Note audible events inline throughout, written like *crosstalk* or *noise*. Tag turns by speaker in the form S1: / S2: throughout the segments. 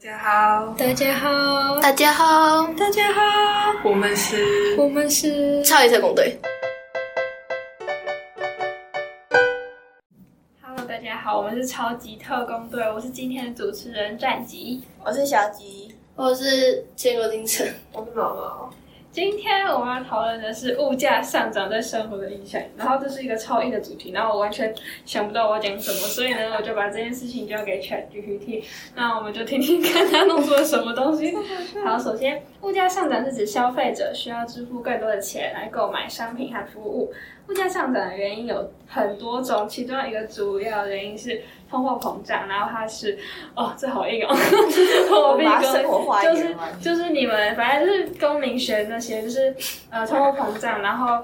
S1: 大家好，
S2: 大家好，
S3: 大家好，
S1: 大家好，我们是
S2: 我们是
S3: 超级特工队。
S4: Hello，大家好，我们是超级特工队，我是今天的主持人战吉。
S5: 我是小吉，
S3: 我是建国精神，
S1: 我是毛毛，
S4: 今天我们要讨论的是物价上涨对生活的影响，然后这是一个超硬的主题，然后我完全想不到我要讲什么，所以呢，我就把这件事情交给 ChatGPT，那我们就听听看他弄出了什么东西。好，首先，物价上涨是指消费者需要支付更多的钱来购买商品和服务。物价上涨的原因有很多种，其中一个主要原因是通货膨胀，然后它是哦，这好硬哦，
S5: 我
S4: 货币
S5: 们把它
S4: 跟
S5: 生活化一
S4: 就
S5: 点
S4: 是
S5: 嘛。
S4: 就是你们，反正就是公民学那些，就是呃通货膨胀，然后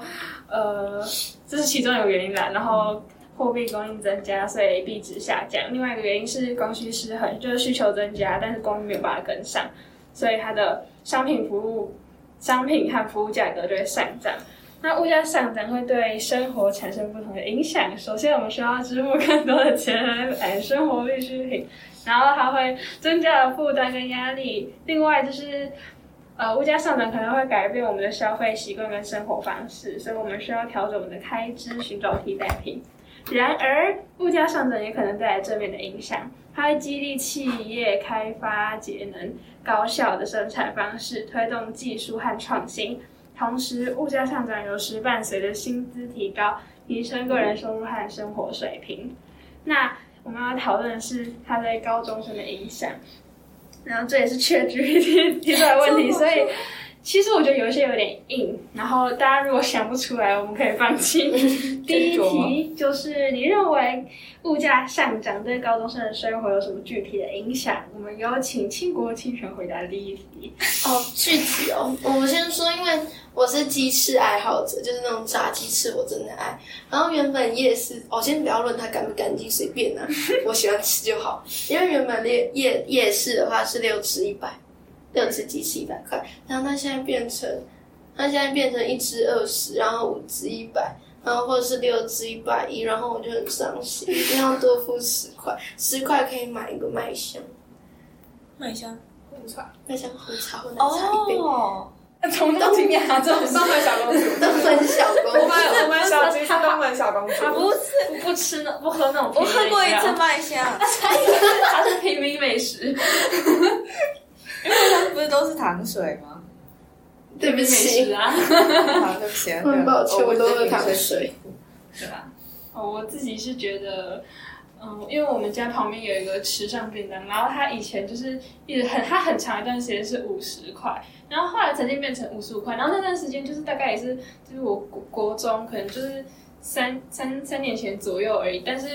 S4: 呃这是其中一个原因啦，然后货币供应增加，所以币值下降。另外一个原因是供需失衡，就是需求增加，但是供应没有办法跟上，所以它的商品服务、商品和服务价格就会上涨。那物价上涨会对生活产生不同的影响。首先，我们需要支付更多的钱来买生活必需品，然后还会 *laughs* 增加了负担跟压力。另外就是，呃，物价上涨可能会改变我们的消费习惯跟生活方式，所以我们需要调整我们的开支，寻找替代品。然而，物价上涨也可能带来正面的影响，它会激励企业开发节能、高效的生产方式，推动技术和创新。同时，物价上涨有时伴随着薪资提高，提升个人收入和生活水平。那我们要讨论的是它对高中生的影响，然后这也是 ChatGPT 提出来的问题，所以其实我觉得有一些有点硬，然后大家如果想不出来，我们可以放
S1: *laughs*
S4: 弃。第一题就是你认为物价上涨对高中生的生活有什么具体的影响？我们有请倾国倾城回答第一题。
S3: 哦，具体哦，我先说，因为我是鸡翅爱好者，就是那种炸鸡翅我真的爱。然后原本夜市，哦，先不要论它干不干净，随便啦、我喜欢吃就好。因为原本夜夜夜市的话是六只一百，六只鸡翅一百块，然后它现在变成，它现在变成一只二十，然后五只一百。然后或者是六只一百一，然后我就很伤心，一定要多付十块，十块可以买一个麦香，
S5: 麦香
S3: 麦香红茶或奶茶一杯。
S1: 从东京啊，这种东门小公主，
S3: 当分小
S1: 我
S3: 工，
S1: 们我们小鸡是东门小公
S4: 他
S1: 主，
S4: 不是不吃那不喝那种，
S5: 我喝过一次，麦香，
S4: *laughs* 它是平民美食。
S5: 不是都是糖水吗？
S3: *laughs* 对不
S4: 美食
S3: 起，
S4: 啊，
S5: 好，对不起，
S3: 很嗯抱歉，我
S5: 我
S3: 都喝糖水。。
S4: 对吧？哦，我自己是觉得，嗯，因为我们家旁边有一个时尚便当，然后它以前就是一直很，它很长一段时间是五十块，然后后来曾经变成五十五块，然后那段时间就是大概也是就是我国国中可能就是三三三年前左右而已，但是。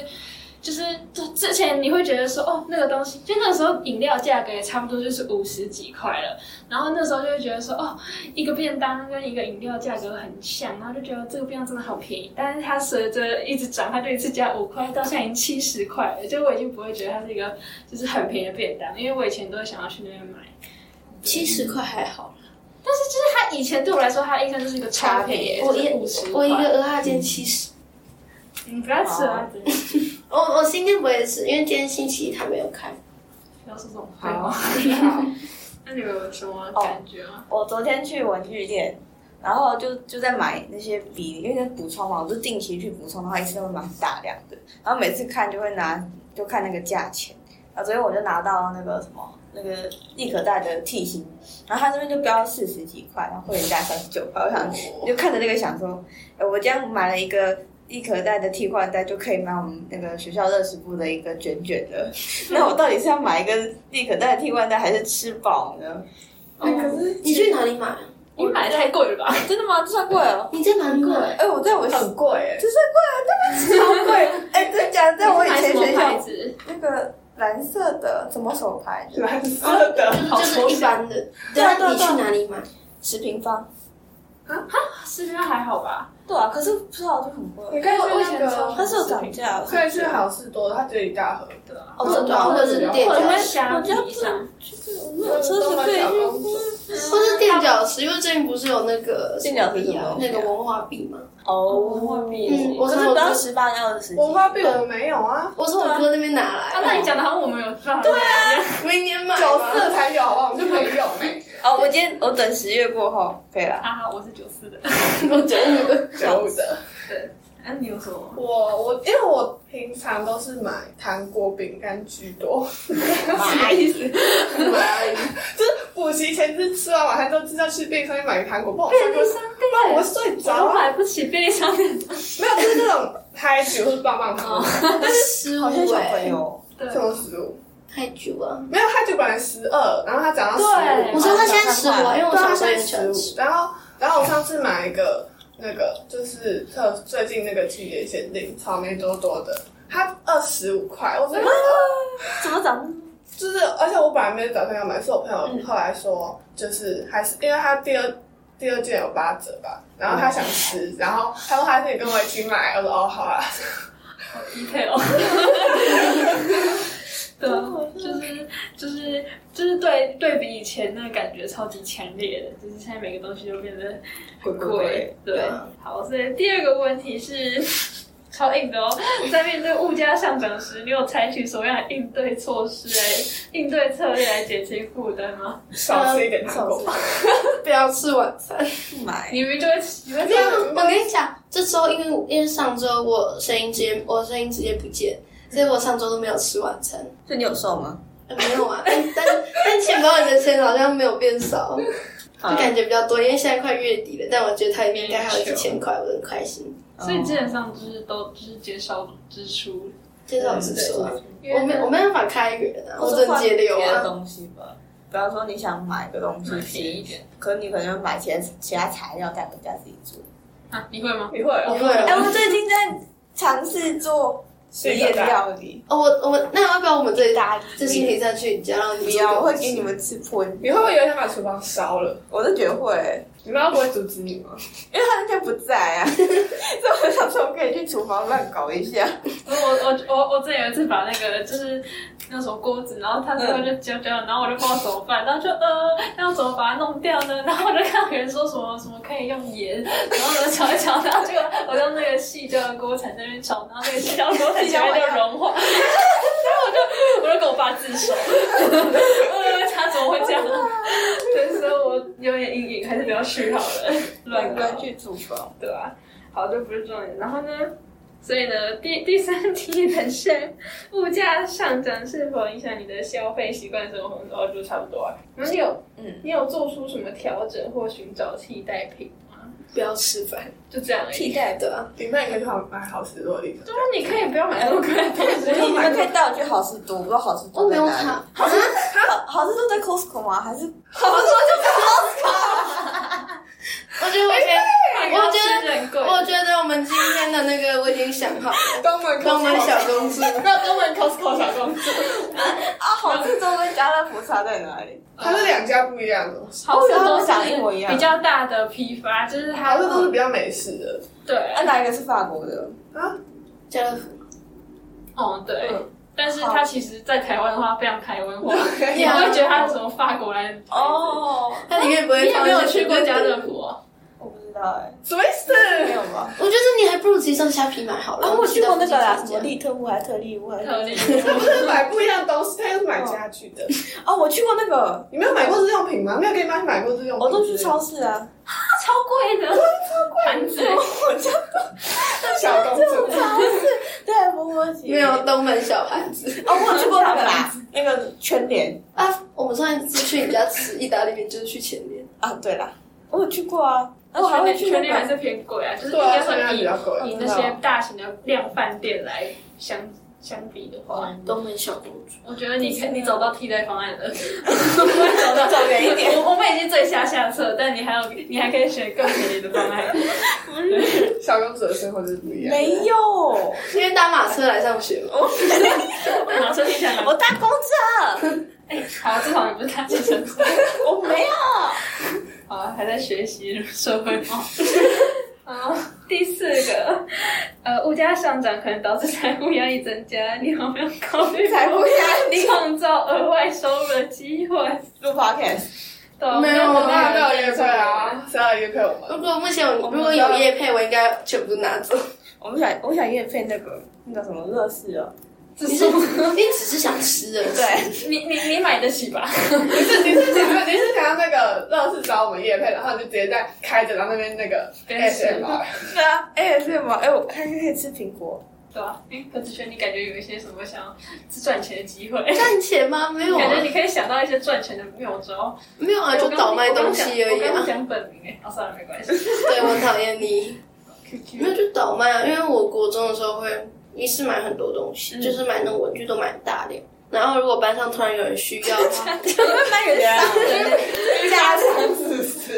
S4: 就是就之前你会觉得说哦那个东西，就那个时候饮料价格也差不多就是五十几块了，然后那时候就会觉得说哦一个便当跟一个饮料价格很像，然后就觉得这个便当真的好便宜。但是它随着一直涨，它就一次加五块，到现在已经七十块了。就我已经不会觉得它是一个就是很便宜的便当，因为我以前都会想要去那边买。
S3: 七十块还好，
S4: 它以前对我来说，它印象就是一个差别，
S3: 我一
S4: 五十
S3: 哦我一
S4: 块。
S3: 个鹅啊煎七十。
S4: 你不要吃啊！真的
S3: 我哦我今天不会吃，因为今天星期一他没有开。
S4: 不要说这种废
S5: 好
S3: 啊
S4: 话。那你们有什么感觉吗？
S5: 我昨天去文具店，然后就就在买那些笔，因为在补充嘛，我就定期去补充的话，一次都会买很大量的。然后每次看就会拿，就看那个价钱。然后昨天我就拿到那个什么那个立可带的替芯，然后它这边就标四十几块，然后会员价三十九块。我想我就看着那个想说，哎我这样买了一个。立可带的替换袋就可以买我们那个学校乐食部的一个卷卷的， *laughs* 那我到底是要买一个立可带的替换袋，还是吃饱呢？
S4: 哎可是
S3: 你去哪里买啊？
S4: 你买的太贵了吧？
S5: *laughs* 真的吗？这算贵哦！
S3: 你在哪里买？
S5: 哎、我在我很贵哎，这算贵啊！ *laughs* 对不起，好贵！哎、真假？在我以
S4: 买
S5: 前
S4: 什么
S5: 学
S4: 牌
S5: 校
S4: 子？
S5: 那个蓝色的什么手牌的，
S1: 蓝色的，
S3: 就就是一般的。对啊，你去哪里买？
S5: 十平方。
S4: 是边还好吧？
S5: 对啊，可是不知道就很
S1: 你
S5: 贵，
S1: 可以
S4: 我以
S1: 去
S4: 前
S1: 那个，
S5: 它是有涨价的。
S1: 可以去好事多，它只有一大盒，
S4: 对啊。
S5: 哦，真的啊，
S3: 或者是
S5: 我
S3: 店
S4: 我在
S3: 家
S5: 在
S4: 虾
S5: 我家
S4: 皮
S5: 不
S4: 上，
S5: 我没有车子可以用。
S3: 或是垫脚饺吃，因为最近不是有那个
S5: 煎饺是什么
S3: 币啊，那个文化币嘛。
S5: 哦
S1: 文化币
S3: 嗯我
S5: 可是
S3: 我
S5: 不要十八到二十。
S1: 文化币我们没有啊，
S3: 我从我哥那边拿来，
S4: 啊，那你讲的好像我们有办对啊，
S3: 明年买吧
S1: 九四才有，好不好？我们就没有欸。
S5: 哦，我今天我等十月过后可以了。
S4: 啊，我是九四的，
S3: 我九五的，
S1: 九五的，
S4: 啊，你有什么？
S1: 我我因为我平常都是买糖果饼干居多，
S5: 啥意思？
S1: 就是补习前是吃完晚餐之后，就是要去便利商店买个糖果，不然我睡
S4: 商
S1: 不然我睡着
S4: 我
S1: 了。
S4: 买不起便利商店。
S1: 没有，就是那种嗨曲或是棒棒
S4: 哦
S1: 糖，
S3: 十五哎，
S5: 友。
S4: 对
S1: 什么食物？
S3: 太久了。
S1: 没有，它就本来十二，然后它涨到十
S4: 对
S1: 五。
S3: 我说他现在十五，啊因为我
S1: 对，
S3: 小
S1: 它
S3: 时候也
S1: 现
S3: 很喜
S1: 在十
S3: 欢
S1: 五
S3: 吃。。
S1: 然后，然后我上次买一个那个，就是特最近那个季节限定草莓多多的，它二十五块，我真的
S5: 怎么长？
S1: 就是，而且我本来没有打算要买，是我朋友后来说，就是还是因为他第二第二件有八折吧，然后他想吃，然后他说他可以跟我一起买，我说哦好啊，
S4: PK 哦。对啊，就是就是就是对对比以前那个感觉超级强烈的，就是现在每个东西都变得很
S5: 贵贵
S4: 贵。对
S3: 啊，
S4: 好，所以第二个问题是。超硬的哦，在面对物价上涨时，你有采取什么样的应对措施来应对策略来减轻负担吗？
S1: 少吃一点糖果，
S3: 不要吃晚餐。
S5: 买。
S4: 你明明就会吃，你会
S1: 这
S4: 这
S1: 样
S4: 样
S3: 我跟你讲，这周因为因为上周我声音直接我声音直接不见，所以我上周都没有吃晚餐。
S5: 所以你有瘦吗？
S3: 呃没有
S5: *laughs*
S3: 啊，但但但钱包里的钱好像没有变少，就感觉比较多，因为现在快月底了，但我觉得它应该还有一千块，我很开心。
S5: 哦
S4: 所以基本上就是都就是减少支出，
S3: 介绍支出啊，
S4: 因
S3: 我
S4: 为
S3: 没我没办法开源啊，我只能
S5: 换
S3: 节流
S5: 别的
S3: 啊。
S5: 东西吧。比方说你想买个东西吃
S4: 便宜一点，
S5: 可你可能买其他其他材料带回家自己做。
S4: 啊，你会吗？
S1: 你会
S3: 你
S1: 哦
S3: 会
S5: 哎、
S3: 啊
S5: 我最近在尝试做实验料理，
S3: 哦，我我那要不要我们这里打这星期再去你家让你
S5: 不
S3: 做
S5: 要，
S3: 个
S5: 我会给你们吃破。
S1: 你会不会有一天把厨房烧了？
S5: 我是觉得会、
S1: 你妈不会阻止你吗？
S5: 因为他那天不在啊， *laughs* 所以我想说我可以去厨房乱搞一下。
S4: *laughs* 我我我我之前有一次把那个就是那什么锅子，然后它最后就焦焦，然后我就不知道怎么办，然后就呃，那要怎么把它弄掉呢？然后我就看到有人说什么什么可以用盐，然后我就瞧一瞧，然后就我用那个细胶的锅铲在那边炒，然后那个细胶锅铲前面就融化，然后我就我就跟我爸自首， *laughs* 呃，他怎么会这样？对，所以我有点阴影，还是不要去好了，乱搞
S5: 乱。去厨房，
S4: 对吧、好，这不是重点。然后呢，所以呢，第 *laughs* 第三题本身物价上涨是否影响你的消费习惯？生活哦，就差不多啊。然后你有，
S5: 嗯，
S4: 你有做出什么调整或寻找替代品吗？
S3: 不要吃饭，
S4: 就这样而已。
S5: 替代的。
S3: 对啊，
S1: 你妹可以去好买好吃多的地方，
S4: 对啊，你可以不要买那么贵的东
S5: 你
S4: 西。
S5: 们可以带 *laughs* 我去好事多，我不知道好事
S3: 我
S5: 多
S3: 没
S5: 在
S3: 有
S5: 哪里。
S3: 卡，
S5: 好事好好事多在 Costco 吗？还是
S3: 我觉得我先。我
S4: 得
S3: 觉
S4: 很贵。
S3: 我觉得我们今天的那个我已经想好了，
S1: 东门
S3: 帮我们小公主。
S1: 那东门 Costco 小公主，
S5: 啊，好事多跟家乐福差在哪里？
S1: 它是两家不一样的东西，嗯
S4: 好
S5: 我以
S4: 事
S5: 为他
S4: 多
S5: 们长一模一样
S4: 比较大的批发，就是它
S1: 好像都是比较美式的。啊
S4: 对，
S5: 啊，哪一个是法国的？
S3: 家乐福，
S4: 哦对
S1: 嗯。
S4: 但是它其实，在台湾的话非常台湾化，
S1: 对
S4: 你不会觉得它是什么法国来的牌子。
S5: 哦，
S3: 它里面不
S4: 你
S3: 会
S4: 也
S3: 放。
S4: 没有去过家乐？福哦？
S5: 我不知道哎，
S1: 什么意思？
S5: 没有 *laughs* 吧？
S3: 我觉得你还不如直接上虾皮买好了。
S5: 啊，我去过那个啦，
S3: 然后
S5: 什
S3: 直接
S5: 么
S3: 到自己
S5: 利特屋还是特利屋还是？
S4: 特例。
S1: 他不是买不一样的东西，他是买家具的。
S5: 哦，我去过那个，
S1: 你没有买过日用品吗？没有给你妈买过日用
S5: 我
S1: 品？
S5: 都去超市啊。
S4: 超贵的，超贵盘子，
S1: 小公主。
S5: 超市对，啊波波姐
S3: 没有东门小盘子
S5: 哦，我有去过那个啦，那个全联
S3: 啊！我们上一次去你家吃意大利面就是去前面，
S5: 啊，对啦，我有去过啊，然后我还会去
S4: 全
S5: 那
S4: 联还
S5: 个
S4: 是偏贵啊，就是应
S1: 对啊，
S4: 该
S1: 现在
S4: 说
S1: 比
S4: 以
S1: 较贵。
S4: 以那些大型的量贩店来相相比的话，
S3: 东门小公主。
S4: 我觉得嗯你
S5: 就是
S4: 你找到替代方案了，我找
S5: 走远一 *laughs* 点。
S4: 我我们已经 *laughs* 最下下策，但你还有你还可以选更便宜的方案。
S1: 小公主的生活就是不一样。
S5: 没有，
S3: 因为搭马车来上学嘛，
S4: 马车停下
S5: *laughs*
S4: 来，
S5: 我搭公车，
S4: 哎， *laughs* 好，至少你不是搭计程车。
S5: 我没有。
S4: 好啊，还在学习社
S3: *laughs*
S4: 会化。好，第四个，呃，物价上涨可能导致财务压力增加，你有没有考虑
S5: 才不
S4: 过
S5: 压力
S4: 创造额外收入的机会？
S5: 录 podcast，
S4: 对啊，
S1: 没有，
S4: 我
S1: 我
S4: 没
S1: 们还
S4: 有
S1: 没
S4: 没有
S1: 有业配啊，谁来业配我
S3: 如
S1: 们？
S3: 果目前有如果有业配，我应该全部都拿走。
S5: 我们想，我想夜配那个那个什么乐事哦，
S4: 只
S3: 你
S4: 是
S3: 是你只是想吃 *laughs* 而已。
S5: 对，
S4: 你你你买得起吧？
S1: 你是你是想要你是想要那个乐视找我们业配，然后你就直接在开着，然后那边那个 H&M
S4: 跟
S1: S
S4: 谁
S1: M R，
S5: 对啊，ASM 哎，我还可以吃苹 *laughs* 果，
S4: 对啊，哎，可子轩，你感觉有一些什么想要赚钱的机会？
S3: 赚钱吗？没有
S4: 感觉
S3: 啊，
S4: 你可以想到一些赚钱的妙招，
S3: 没有啊，就倒卖东西而
S4: 我
S3: 已
S4: 刚刚
S3: 啊。
S4: 讲本名哎，啊，算了，没关系。
S3: 对，我讨厌你。 *laughs* 没有
S4: QQ
S3: 就倒卖啊，因为我国中的时候会一次买很多东西，
S4: 嗯
S3: 就是买那种文具都买大量。然后如果班上突然有人需要，
S5: 那有
S4: *laughs*
S5: 点
S1: *laughs*
S5: 家常子私，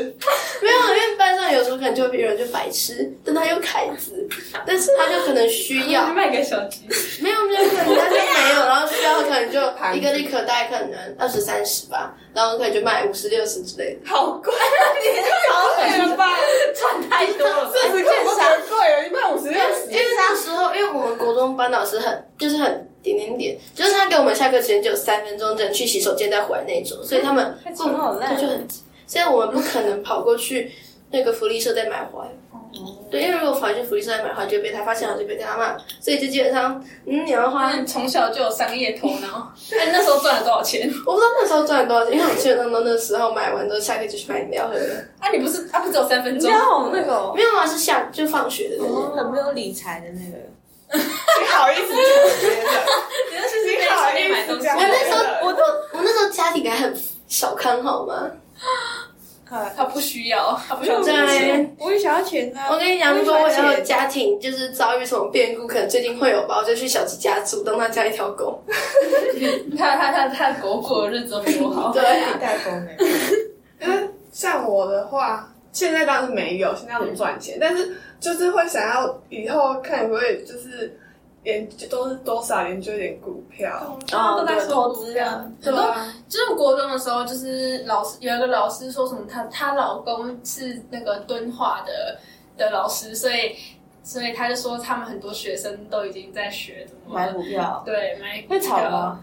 S3: 没有，因为班上有时候可能就有人就白痴，但他又凯子，但是他就可能需
S4: *laughs*
S3: 要，
S4: 卖给小鸡，
S3: 没有没有可能他就没有，然后需要可能就一个立可带可能二十三十吧，然后可能就卖五十六十之类的。
S5: 好贵，你太好了吧？
S4: 赚太多了吧。
S5: 这是更傻
S1: 贵了，一卖五十六十
S3: 因为那时候，因为我们国中班老师很就是很点点点，就是他给我们下课时间只有三分钟，只能去洗手间再回来那种，所以他们
S5: 太穷好烂
S3: 对就很，所以我们不可能跑过去那个福利社再买花。对，因为如果跑去福利社再买花，就会被他发现，然后就被他骂，所以就基本上，嗯，你要花，我
S4: 嗯，从小就有商业头脑。 *laughs* 哎，那时候赚了多少钱？
S3: 不知道那时候赚了多少钱，因为我基本上都那时候买完之后下课就去买饮料喝了，
S4: 啊，你不是啊，不只有三分
S5: 你知
S4: 钟？
S5: 道我那个哦
S3: 没有啊，是下就放学的那种。
S4: 哦
S5: 很没有理财的那个，
S1: 你好意思讲别人？
S4: 你那是
S1: 你好意思讲
S3: 我
S1: 别
S3: 那时
S1: 人？
S3: 候，我我我那时候家庭还很小康，好吗？
S5: 哎，
S4: 他不需要，他不需要
S3: 对
S4: 赚钱。
S5: 我也想要钱啊！
S3: 我跟你讲，如果我
S5: 我也想
S3: 以后
S5: 要钱，
S3: 家庭就是遭遇什么变故，可能最近会有吧，我就去小吉家住，当他家一条狗。
S4: 他他他他狗过的日子都比我好。
S3: *laughs* 对，啊
S5: 代购没？
S1: 像我的话，现在当然是没有，现在我们赚钱，但是就是会想要以后看会不会就是研究都是多少研究一点股票，
S3: *laughs*
S4: 大家都在
S5: 对
S4: 说
S5: 投
S4: 股
S5: 资
S4: 票
S5: 啊
S1: 对啊，
S4: 就是我国中的时候，就是老师有一个老师说什么她，她老公是那个敦化的的老师，所以所以他就说他们很多学生都已经在学怎
S5: 买
S4: 么
S5: 股票
S4: 对买股
S5: 会炒
S4: 票
S5: 吗？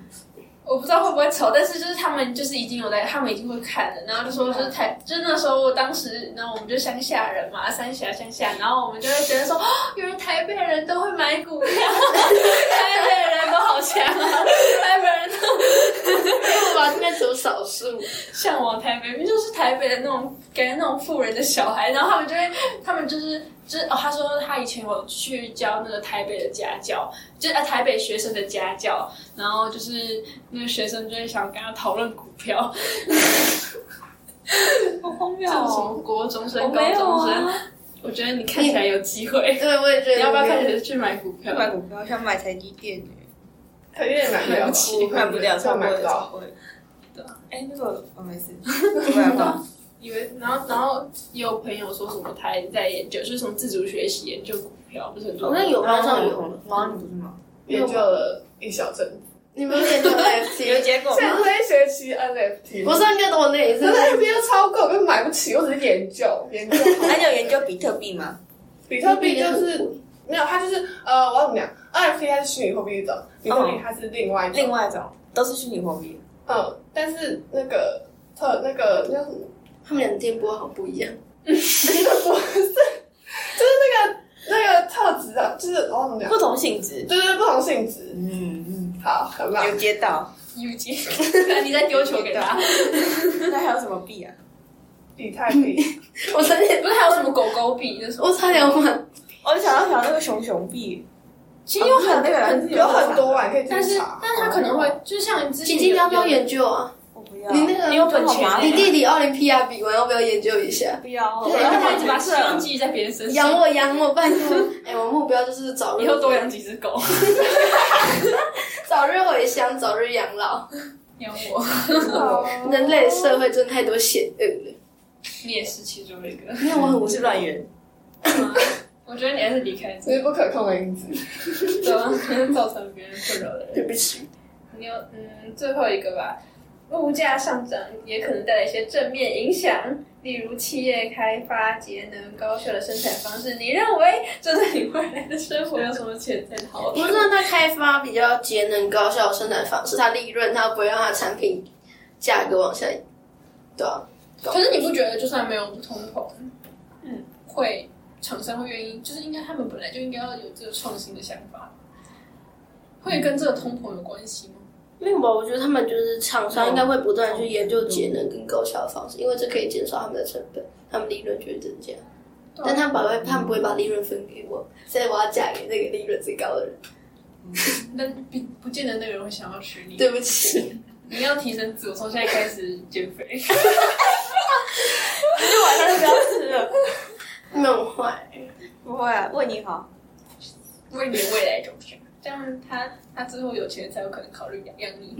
S4: 我哦不知道会不会丑，但是就是他们就是已经有在，他们已经会看了，然后就说就是台，就是那时候我当时，然后我们就乡下人嘛，三峡乡下，然后我们就会觉得说，哦，原来台北人都会买股票，台北人都好强啊，台北人都
S3: 对吧？应该只有少数。
S4: 向往台北，明明就是台北的那种感觉，那种富人的小孩，然后他们就会，他们就是就是哦，他说他以前有去教那个台北的家教，就是、呃啊、台北学生的家教，然后就是呃那个学生就会想跟他讨论股票，
S5: 好荒
S4: 这
S5: 谬啊
S4: 种什么！国中
S5: 我
S4: 生、高
S5: 没有
S4: 中生，
S5: 啊，
S4: 我觉得你看起来有机会，
S3: 对，我也觉得。
S4: 你要不要开始去买股票？
S5: 买股票想买台积电，
S1: 肯定也买不了吧，
S5: 买不了，
S1: 就
S5: 超
S1: 买
S5: 贵
S1: 不，
S5: 超
S1: 到。
S5: 贵。对啊，哎，那啊个我没事，不要管。
S4: 以为，然后然后也有朋友说什么他也在研究，就是从自主学习研究股票，不是很多
S3: 我。那有班上有
S5: 有，然后你不是吗？
S1: 研究了一小阵子，
S3: 你们有点对 FT。
S5: 结果
S1: 像这一学期 NFT，
S3: 我上个多那一次
S1: 可是，NFT 超贵，我根本买不起，我只是研究研究。
S5: 那你有研究比特币吗？
S1: 比特币就是没有，它就是呃，我要怎么讲？NFT 它是虚拟货币一种，比特币它是另外一种
S5: 另。外一种都是虚拟货币，
S1: 嗯，但是那个特那个那叫什么？
S3: 他们俩的电波好不一样。
S1: 不是，就是那个那个特质啊，就是我怎么讲
S5: 不？同性质。
S1: 对对对，不同性质。
S5: 嗯
S1: 好，很棒
S5: 嗯，。有接到。
S4: U G，你 *laughs* 在丢球给 *laughs* 他。
S5: *laughs* 那还有什么币啊？
S1: 比特币，
S3: *laughs* 我差点，
S4: 不是还有什么狗狗币那种？
S3: 我差点买。
S5: 我想到想到那个熊熊币，哦
S4: 其实有很
S5: 那个
S4: 很
S1: 有很多啊，你可以
S4: 但
S1: 去
S4: 是
S1: 查。
S4: 但是他可能会，就像你之前
S3: 晶晶要不要
S4: 有
S3: 研究啊？
S5: 我不要。
S3: 你那个
S5: 你有本钱啊
S4: 好麻烦
S3: 你弟弟奥林匹亚比完，要不要研究一下？
S5: 不要，
S4: 有，然后他一直把希
S5: 设
S4: 望寄在别人身
S3: 养
S4: 上，
S3: 我，养我，拜托！ *laughs* 哎，我目标就是早日
S4: 以后多养几只狗，
S3: 早日回乡，早日养老。
S4: 养我，
S3: 人类社会真的太多险恶了。
S4: *laughs* 你也是其中一个。
S3: 因为我很无
S5: 我是
S3: 聊。
S5: 乱源。
S4: *laughs* 我觉得你还是离开这 *laughs*
S1: 这是不可控的因子。
S4: 个，啊可能造成别人困扰的人。
S3: 对不起，
S4: 你有嗯，最后一个吧。物价上涨也可能带来一些正面影响，例如企业开发节能、高效的生产方式。你认为这对你未来的生活有什么潜在的好
S3: 我
S4: 处
S3: 不？是让它开发比较节能高效的生产方式，它利润它不会让它的产品价格往下，对啊，
S1: 懂
S4: 可是你不觉得，就算没有通膨，嗯，会厂商会愿意，就是应该他们本来就应该要有这个创新的想法，会跟这个通膨有关系吗？
S3: 没有吧？我觉得他们就是厂商应该会不断地去研究节能跟高效的方式，因为这可以减少他们的成本，他们利润就会增加。
S4: 对啊
S3: 但他们不会，他们不会把利润分给我，所以我要嫁给那个利润最高的人。
S4: 但啊不不见得那个人会想要娶你。
S3: 对，不 *laughs* 起，
S4: 你要提升自我，从现在开始减肥。
S5: 晚上就不要吃了。
S3: 那种坏。
S5: 不会啊，为你好。
S4: 为你的未来着想，这样他他之后有钱才有可能考虑养养你。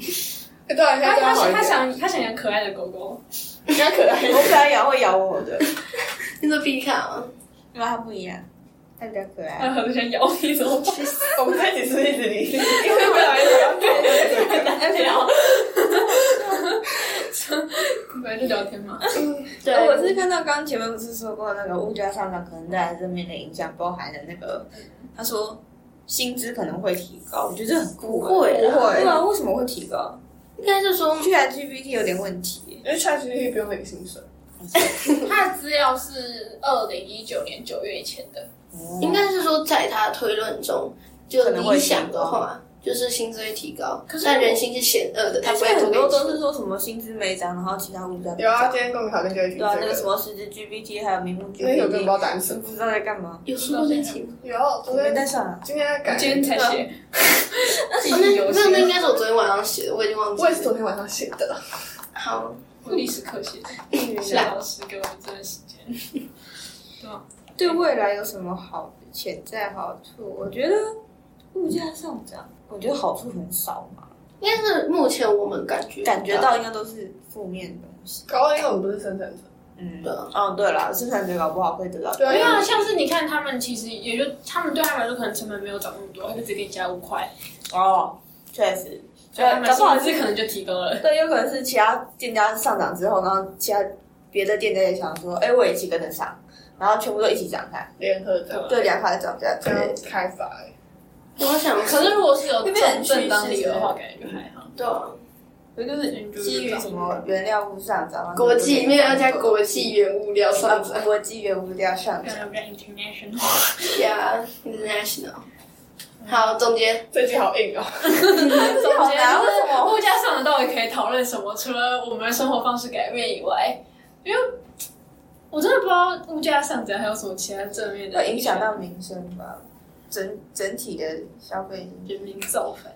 S1: 哎对啊，现
S4: 他
S1: 在这
S4: 他
S1: 样好
S4: 想他
S1: 一点，
S4: 想他想养可爱的狗狗，
S1: 比较可爱。
S5: 我不要咬会咬我的，
S3: 你说皮卡吗？
S5: 因为它不一样，它比较可爱。
S4: 他很想咬你怎么办？
S1: 我们在一起是一直
S5: *laughs*
S1: 离，
S4: 因为我来聊天，大家聊，本来就聊天嘛。
S3: 对，
S5: 我是看到刚刚前面不是说过那个物价上涨可能带来正面的影响，包含了那个他说薪资可能会提高，我觉得很酷、
S3: 不会啦
S5: 不会，对啊，为什么会提高？
S3: 应该是说，
S5: 居然 GPT 有点问题耶、
S1: 因为 ChatGPT 不用领薪水，
S4: *laughs* 他的资料是二零一九年九月以前的，
S3: 应该是说，在他的推论中，就
S5: 可能会
S3: 理想的话，就是薪资会提高
S4: 可，是
S3: 但
S4: 我
S3: 人心是险恶的，他
S5: 而
S3: 不
S5: 且
S3: 会多
S5: 很
S3: 给
S5: 多
S3: 你
S5: 都
S3: 钱
S5: 是说什么薪资没涨，然后其他物价
S1: 有啊，
S5: 涨
S1: 今天公民考卷就会提
S5: 对啊，那
S1: 这
S5: 个什
S1: 个。
S5: 么实质 GPT 还有名目
S1: 那有个不知
S5: GPT，
S1: 道答案是什么
S5: 不知道在干嘛。
S3: 有说过这题吗？
S1: 有，昨
S5: 没
S1: 天
S5: 带上啊，
S1: 今天在改，
S4: 今天才 *laughs* 写。那
S3: 哦，那那那应该是我昨天晚上写的，我已经忘记
S1: 我也是昨
S3: 了。
S1: 天晚上写的。
S3: 好，
S4: 我历史课写的，是
S5: 啊
S4: 老师给我们这段时间。
S5: 对未来有什么好潜在好处？我觉得物价上涨，我觉得好处很少嘛，
S3: 应该是目前我们感觉
S5: 感觉到应该都是负面的东西。
S1: 搞完因为我们不是生产者，
S5: 嗯，
S3: 对啊
S5: 嗯，对啦，生产者搞不好会得到。
S1: 对
S4: 没有
S1: 啊，
S4: 啊，像是你看他们，其实也就他们对他们来说，可能成本没有涨那么多，他就只给你加五块，
S5: 哦，确实，哎
S4: 所以他们
S5: 搞不好
S4: 薪资可能就提高了。
S5: 对，有可能是其他店家上涨之后，然后其他别的店家也想说，哎、我也一起跟着上，然后全部都一起涨价，
S1: 联合的
S5: 对，两块涨价之
S1: 这
S5: 类
S1: 样
S5: 的。
S1: 开发欸，
S3: 我想，
S4: 可是如果是有
S5: 那
S4: 正
S5: 边很
S4: 正当
S5: 趋势
S4: 理由的
S5: 是
S4: 话，感觉就还好。
S3: 对啊，
S4: 所以就是
S5: 基于什么原料物上涨啊？
S3: *laughs* 国际没有要加国际原物料
S5: 啊
S3: 上涨，
S5: 国际原物料上 *laughs* 涨。
S4: 比较 international。
S3: 呀，international。好，总结，
S1: 这句好硬哦。
S5: 好
S4: 啊
S5: 难为什么
S4: 物价上的到底可以讨论什么？除了我们的生活方式改变以外，因为我真的不知道物价上涨还有什么其他正面的
S5: 会影响到民生吧，整整体的消费。
S4: 人民造反，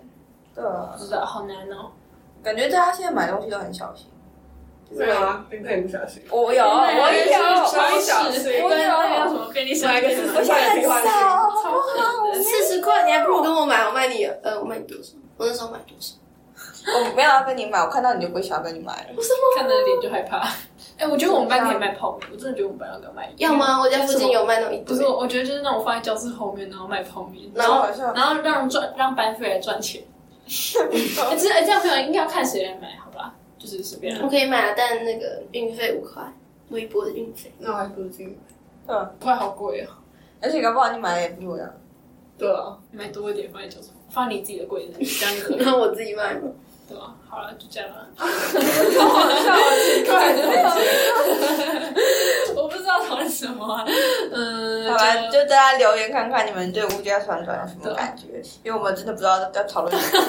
S5: 对啊
S4: 不，知道好难哦。
S5: 感觉大家现在买东西都很小心。
S1: 没有啊，林佩不小心。
S5: 我有，我也有，
S4: 超小
S1: 我小
S4: 时
S1: 心
S4: 跟那个什么便利商店
S1: 买个
S5: 我
S4: 买
S5: 现在很少。
S4: 超狠的。
S3: 四十块，你还不如跟我买，我卖你，呃，我卖你多少？我那时候买多少？
S5: 我没有要跟你买，我看到你就不会想要跟你买了。
S4: 看着脸就害怕。哎、我觉得我们班可以卖泡面，我真的觉得我们班要敢卖。
S3: 要？吗？我家附近有卖那种一
S4: 不是，
S3: 堆，
S4: 我我觉得就是那种放在教室后面，然后卖泡面，
S3: 然后
S5: 好像
S4: 然后让赚让班费来赚钱。哎、这哎、这样没有应该要看谁来买，好吧？就是随便
S3: 我
S4: 啦，
S3: 可以买，但那个运费五块，微波的运费。
S1: 那我还不如自己买。
S4: 不然好贵哦、
S5: 而且搞不好你买的也不 *laughs* 一样。
S1: 对啊，
S4: 买多一点放在教室，放你自己的柜子，这样就可以
S3: 然
S4: 了，
S3: 后我自己卖吗？
S4: 对吧？好了，就这样了。
S1: 啊
S4: 我不知道讨论什么、啊，嗯，
S5: 好吧，
S4: 就
S5: 就大家留言看看你们对物价上涨有什么感觉，因为我们真的不知道要讨论什么。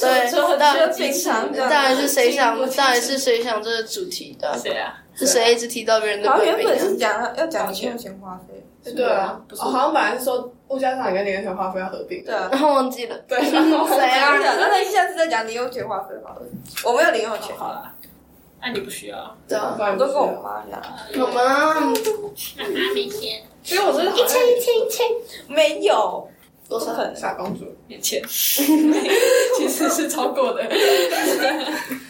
S3: 对，
S4: 说
S3: 当
S4: 说
S3: 然
S4: 平常
S3: 当然是谁想，当然是谁想这个主题的，
S4: 谁啊？
S3: 是谁一直提到别人的
S5: 好像
S3: 贵
S5: 原
S3: 宾
S5: 本
S3: 啊？
S5: 是讲要讲零用钱花费，
S1: 对啊，
S4: 不
S1: 我
S4: 是
S1: 好像本来是说物价上涨跟零用钱花费要合并。
S5: 对啊。
S3: 然后 *laughs* 忘记了，
S1: 对， *laughs* 然
S5: 哦
S1: 后
S5: *laughs*
S3: 谁啊
S5: 讲，那那下次再讲零用钱花费好了。我没有零用钱，
S4: 好了，那、你不需要。
S3: 对啊，
S1: 我
S5: 我都跟我妈讲。
S3: 我们
S4: 妈
S3: 啊
S4: 妈每天
S1: 其实我真的好像
S5: 没有，
S3: 多
S5: 不
S3: 少？
S5: 可能。
S1: 傻公主，
S4: 眼前，其实是超过的。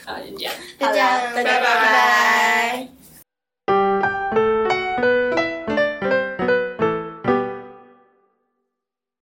S4: 好，就这样。
S3: 大家
S5: 好啦大家拜拜